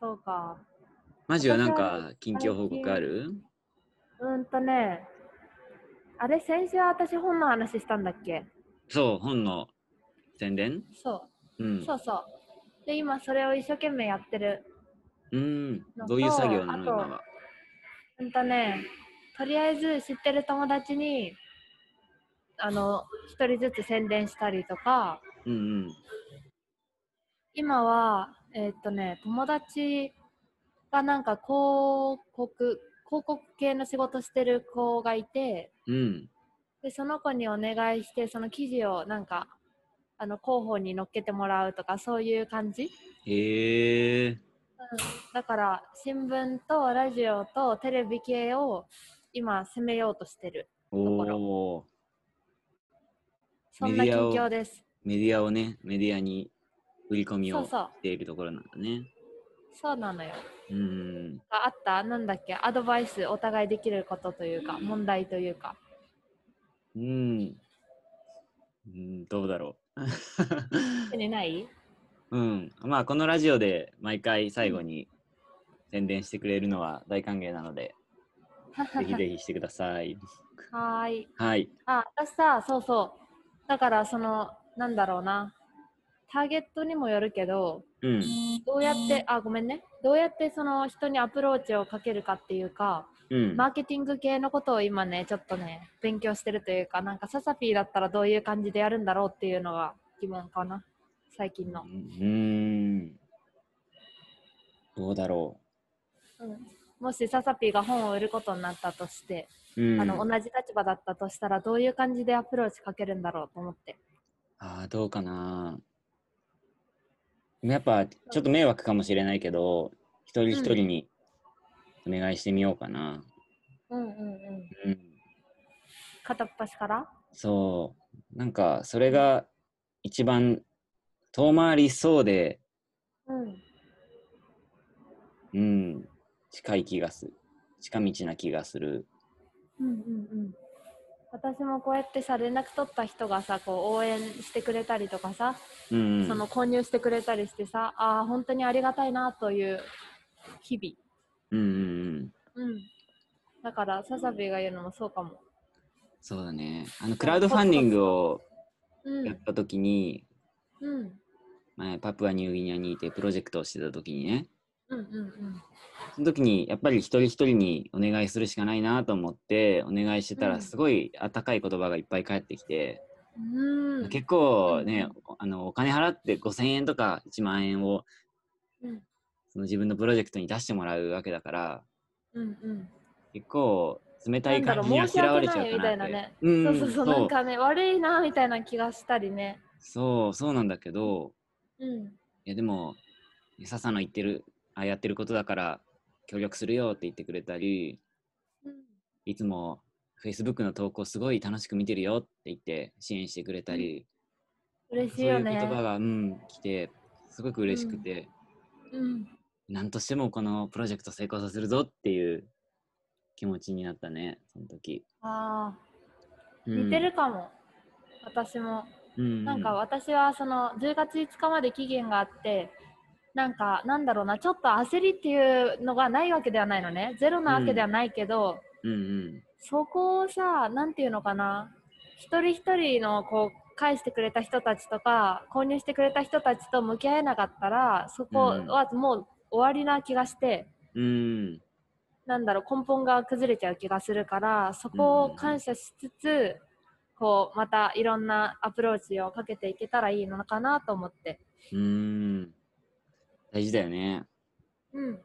そうか。マジはなんか近況報告あるうーんとね、あれ、先週私本の話したんだっけそう、本の宣伝そうう、ん。そうそう。で、今それを一生懸命やってる。うん。どういう作業なのそ今うあとは。うーんとね、とりあえず知ってる友達に、あの、一人ずつ宣伝したりとか、うんうん。今は、えーっとね、友達がなんか広告、広告系の仕事してる子がいて、うん。でその子にお願いしてその記事をなんかあの広報に載っけてもらうとかそういう感じへえ。だから新聞とラジオとテレビ系を今攻めようとしてるころおお。そんなメデ近ィアを況ですメディアをね、メディアに売り込みそをうしそうているところなんだね。そうなのようん。ああったなんだっけアドバイスお互いできることというか問題というかうん。うん、どうだろう。特にないうん、まあこのラジオで毎回最後に宣伝してくれるのは大歓迎なので、ぜひぜひしてください。はーいはい。あ私さそうそうだからそのなんだろうなターゲットにもよるけどうん。どうやって、あ、ごめんね。どうやってその人にアプローチをかけるかっていうか、うん。マーケティング系のことを今ね、ちょっとね、勉強してるというか、なんかササピーだったらどういう感じでやるんだろうっていうのが疑問かな。最近のう。ん。どうだろうん、もしササピーが本を売ることになったとして、う。うん、あの、同じ立場だったとしたら、どういう感じでアプローチかけるんだろうと思って。あーどうかな。やっぱちょっと迷惑かもしれないけど、一人一人にお願いしてみようかな。うんうんうん。うん片っ端からそう。なんかそれが一番遠回りしそうで、うん。うん、近い気がする。近道な気がする。うんうんうん私もこうやってさ連絡取った人がさこう応援してくれたりとかさ、うん、その購入してくれたりしてさあー本当にありがたいなという日うんうんうん。々、うん、だからササビーが言うのもそうかも、そうだね。あの、クラウドファンディングをうやんったときに、うん、うん前、パプアニューギニアにいてプロジェクトをしてたときにね、うんうんその時にやっぱり一人一人にお願いするしかないなと思って、お願いしてたうら、んすごい温かい言葉がいっぱい返ってきて、うん結構ねうん、あの、お金払って5000円とか1万円を、うんその自分のプロジェクトに出してもらうわけだから、うんうん結構冷たないんだろ感うじにあ申ししらわ訳れちゃなういかみたいなっなて。ね、うんそうそうそうなんかね悪いなみたいな気がしたりねそうそうなんだけどうんいやでも笹の言ってるあやってることだから協力するよって言ってくれたりうんいつも Facebook の投稿すごい楽しく見てるよって言って支援してくれたり、嬉しそういいよう言ね葉が、うん、来てすごく嬉しくて、うんなんとしてもこのプロジェクト成功させるぞっていう気持ちになったねその時、ああうん似てるかも、私もうんうんなんか私はその10月5日まで期限があってなんかなんだろうなちょっと焦りっていうのがないわけではないのねゼロなわけではないけど、うんうんそこをさなんていうのかな一人一人のこう返してくれた人たちとか購入してくれた人たちと向き合えなかったらそこはもう終わりな気がして、うんなんだろう根本が崩れちゃう気がするからそこを感謝しつつ、こうまたいろんなアプローチをかけていけたらいいのかなと思って、うん大事だよねうん、